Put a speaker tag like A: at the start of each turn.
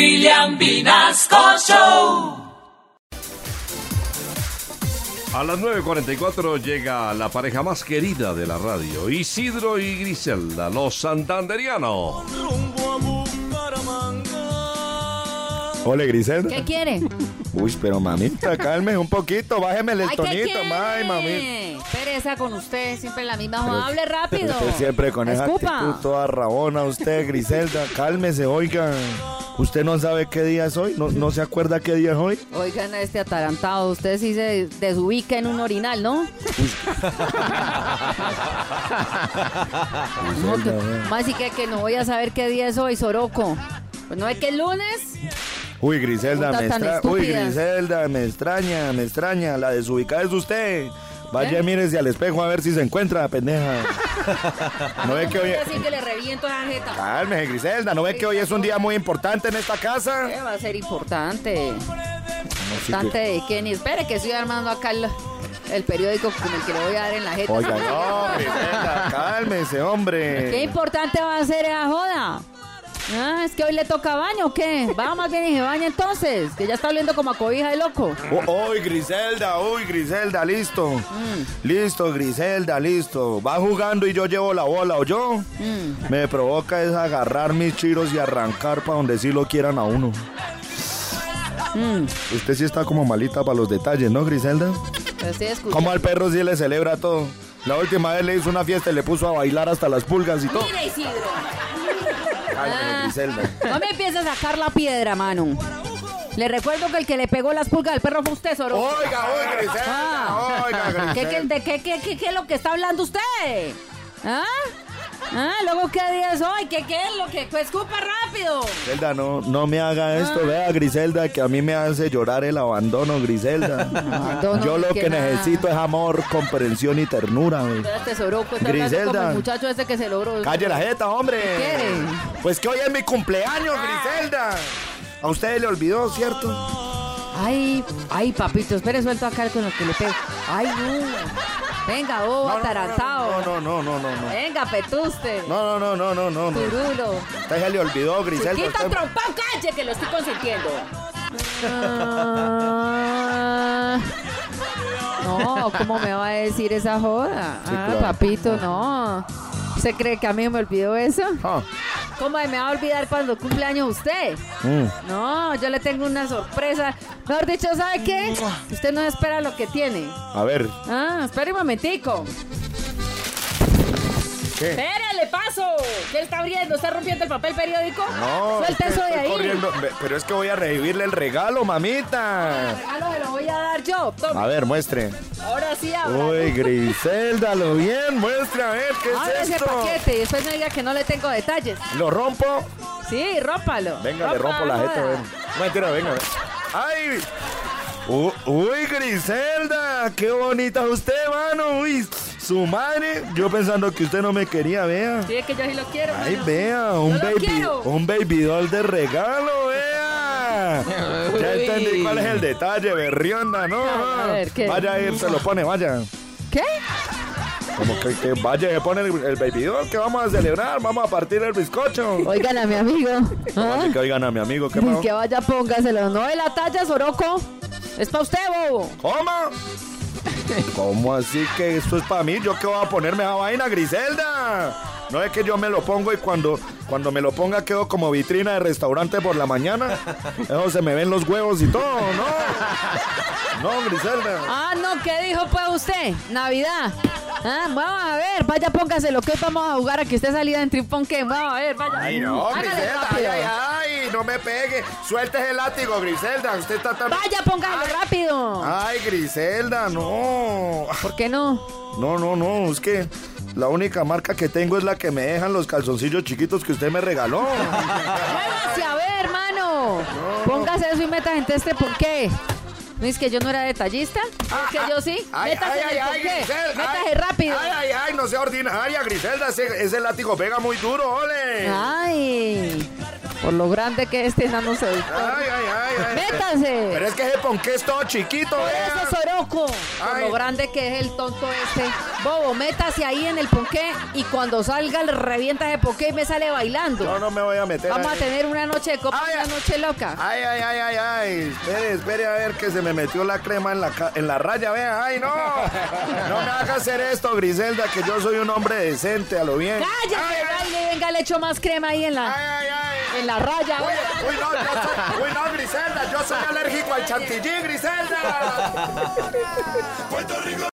A: William Vinasco Show.
B: A las 9.44 llega la pareja más querida de la radio, Isidro y Griselda, los santanderianos.
C: Hola Griselda.
D: ¿Qué quiere?
C: Uy, pero mamita, cálmese un poquito, bájeme el
D: Ay, ¿qué
C: tonito,
D: quiere?
C: ay, mami.
D: Pereza con usted, siempre la misma.
C: Pero-
D: hable rápido.
C: Usted siempre con esa
D: Escupa.
C: actitud toda rabona, usted, Griselda, cálmese, oiga. Usted no sabe qué día es hoy, no, no se acuerda qué día es hoy.
D: Oigan a este atarantado, usted sí se desubica en un orinal, ¿no? No, que- Más y que, que no voy a saber qué día es hoy, Soroco. Pues no es que el lunes.
C: Uy, Griselda,
D: Puta
C: me
D: tan
C: extraña. Uy,
D: estúpida.
C: Griselda, me extraña, me extraña. La desubicada es usted. Vaya,
D: ¿Eh?
C: mírese al espejo a ver si se encuentra, pendeja. No ve que
D: voy
C: hoy.
D: a decir que le reviento la jeta.
C: Cálmese, Griselda, ¿no ve que hoy es un día muy importante en esta casa?
D: Eh, Va a ser importante.
C: Así que-
D: Importante de que ni espere que estoy armando acá el, el periódico con el que le voy a dar en la jeta.
C: Oiga, no, oh, Griselda, cálmese, hombre.
D: ¿Qué importante va a ser esa joda? Ah, es que hoy le toca baño o qué? Va más bien y se baña entonces, que ya está oliendo como a cobija de loco.
C: U- Uy, Oh, Griselda, uy, Griselda, listo.
D: Mm.
C: Listo, Griselda, listo. Va jugando y yo llevo la bola, ¿o yo?
D: Mm.
C: Me provoca es agarrar mis chiros y arrancar para donde sí lo quieran a uno.
D: Mm.
C: Usted sí está como malita para los detalles, ¿no, Griselda?
D: Pero estoy escuchando.
C: Como al perro sí le celebra todo. La última vez le hizo una fiesta y le puso a bailar hasta las pulgas y todo.
D: Mira, Isidro. Ah.
C: Cálmese, Griselda.
D: No me empiece a sacar la piedra, mano. Le recuerdo que el que le pegó las pulgas al perro fue usted, Soro.
C: Oiga, oiga, Griselda,
D: Ah.
C: oiga, Griselda.
D: ¿Qué, qué- de qué, qué- qué- qué es lo que está hablando usted? ¿Ah? ¿Ah? ¿Luego qué día es hoy? ¿Qué, qué es lo que pues, escupa rápido?
C: Griselda, no, no me haga
D: Ah.
C: esto, vea Griselda, que a mí me hace llorar el abandono, Griselda.
D: Abandono,
C: Yo lo
D: que
C: que
D: nada.
C: necesito es amor, comprensión y ternura. güey.
D: Espérate, Soroco, está hablando
C: Griselda.
D: pues, como el muchacho ese que se logró.
C: Calle la jeta, hombre.
D: quiere?
C: Pues que hoy es mi cumpleaños, Griselda. A ustedes le olvidó, ¿cierto?
D: Ay, ay, papito, espere, suelto acá con los que le pego. Ay, no. Venga, bobo, atarantado.
C: No, no, no, no, no, no.
D: Venga, petuste.
C: No, no, no, no, no, no. no.
D: Turulo.
C: A Usted se le olvidó, Griselda.
D: Pues Quita
C: usted-
D: trompa, calle, que lo estoy consintiendo. No, ¿cómo me va a decir esa joda?
C: Sí,
D: ah,
C: claro.
D: papito, no. ¿Usted cree que a mí me olvidó eso?
C: Ah,
D: ¿Cómo me va a olvidar cuando cumple años usted?
C: mm.
D: No, yo le tengo una sorpresa. Mejor dicho, ¿sabe qué? Usted no espera lo que tiene.
C: A ver,
D: Ah, espere un momentico.
C: ¿qué?
D: ¡Espérale, paso! ¿Qué está abriendo? ¿Está rompiendo el papel periódico?
C: No,
D: Suelta
C: es que
D: eso de
C: estoy
D: ahí.
C: corriendo. Ve- Pero es que voy a recibirle el regalo, mamita.
D: Regalo se lo voy a dar yo. Toma.
C: A ver, muestre.
D: Ahora sí abra.
C: Ah. Uy, Griselda, lo bien, muestra, a ver, ¿qué
D: Abra
C: es
D: ese
C: esto?
D: paquete y después me diga que no le tengo detalles.
C: Lo rompo.
D: Sí, rópalo.
C: Venga, le
D: Rompa
C: rompo la jeta,
D: joda.
C: ven. No, mentira, venga. ven. ¡Ay! U- uy, Griselda, qué bonita es usted, mano. Uy, su madre. Yo pensando que usted no me quería, vea.
D: Sí, es que yo sí lo quiero.
C: Ay,
D: mano.
C: vea,
D: Yo
C: un
D: lo
C: baby,
D: quiero.
C: un baby doll de regalo, vea. Ya entendí cuál es el detalle, berrionda, ¿no?
D: A ver, ¿qué?
C: Vaya a ir, se lo pone, vaya.
D: ¿Qué?
C: Como que, que vaya, se pone el, el baby doll que vamos a celebrar, vamos a partir el bizcocho.
D: Oigan a mi amigo. ¿Ah?
C: Así que oigan a mi amigo, ¿qué pasó?
D: Pues Que vaya, póngaselo. No de la talla, Soroco. Es para usted, bobo.
C: ¿Cómo? ¿Cómo así que esto es para mí? ¿Yo qué voy a ponerme esa vaina, Griselda? No es que yo me lo pongo y cuando, cuando me lo ponga quedo como vitrina de restaurante por la mañana. Eso se me ven los huevos y todo, ¿no? No, Griselda.
D: Ah, no, ¿qué dijo pues usted? Navidad. Ah, vamos a ver, vaya, póngaselo. Que hoy vamos a jugar a que usted salida en tripón. Que vamos a ver, vaya.
C: Ay, no,
D: Hágale
C: Griselda. Ay,
D: rápido.
C: ay, ay, no me pegue. Suelte el látigo, Griselda. Usted está tan...
D: Vaya, póngalo rápido.
C: Ay, Griselda, no.
D: ¿Por qué no?
C: No, no, no, es que la única marca que tengo es la que me dejan los calzoncillos chiquitos que usted me regaló.
D: ¡Muévase a ver, hermano! Póngase eso y métase en este por qué. ¿No es que yo no era detallista? ¿Es que yo sí?
C: Ah, Ay,
D: métase
C: ay,
D: en el
C: ay,
D: porqué.
C: Grisel,
D: métase
C: ay.
D: rápido.
C: Ay, ay, ay,
D: Ah.
C: no sea ordinaria, Griselda. Ese, ese látigo pega muy duro, ole.
D: Ay. Por lo grande que este enano se
C: Ay, ay, ay, ay.
D: ¡Métanse!
C: Pero es que ese ponqué es todo chiquito,
D: Por
C: vea.
D: eso Soroco, por
C: Ay.
D: lo grande que es el tonto este. Bobo, métase ahí en el ponqué y cuando salga le revienta ese ponqué y me sale bailando.
C: Yo no me voy a meter.
D: Vamos a
C: ahí.
D: tener una noche de copa,
C: Ay,
D: una
C: ay.
D: noche loca.
C: Ay, ay, ay, ay, ay. Espere, espere a ver que se me metió la crema en la, ca- en la raya, vea. Ay, no. No me haga hacer esto, Griselda, que yo soy un hombre decente, a lo bien.
D: ¡Cállate,
C: Ay, ay,
D: baile! Venga, le echo más crema ahí en la,
C: ay, ay, ay.
D: en la raya.
C: Uy, uy, no, yo soy, uy, no, Griselda, yo soy alérgico al chantilly, Griselda.
E: Puerto Rico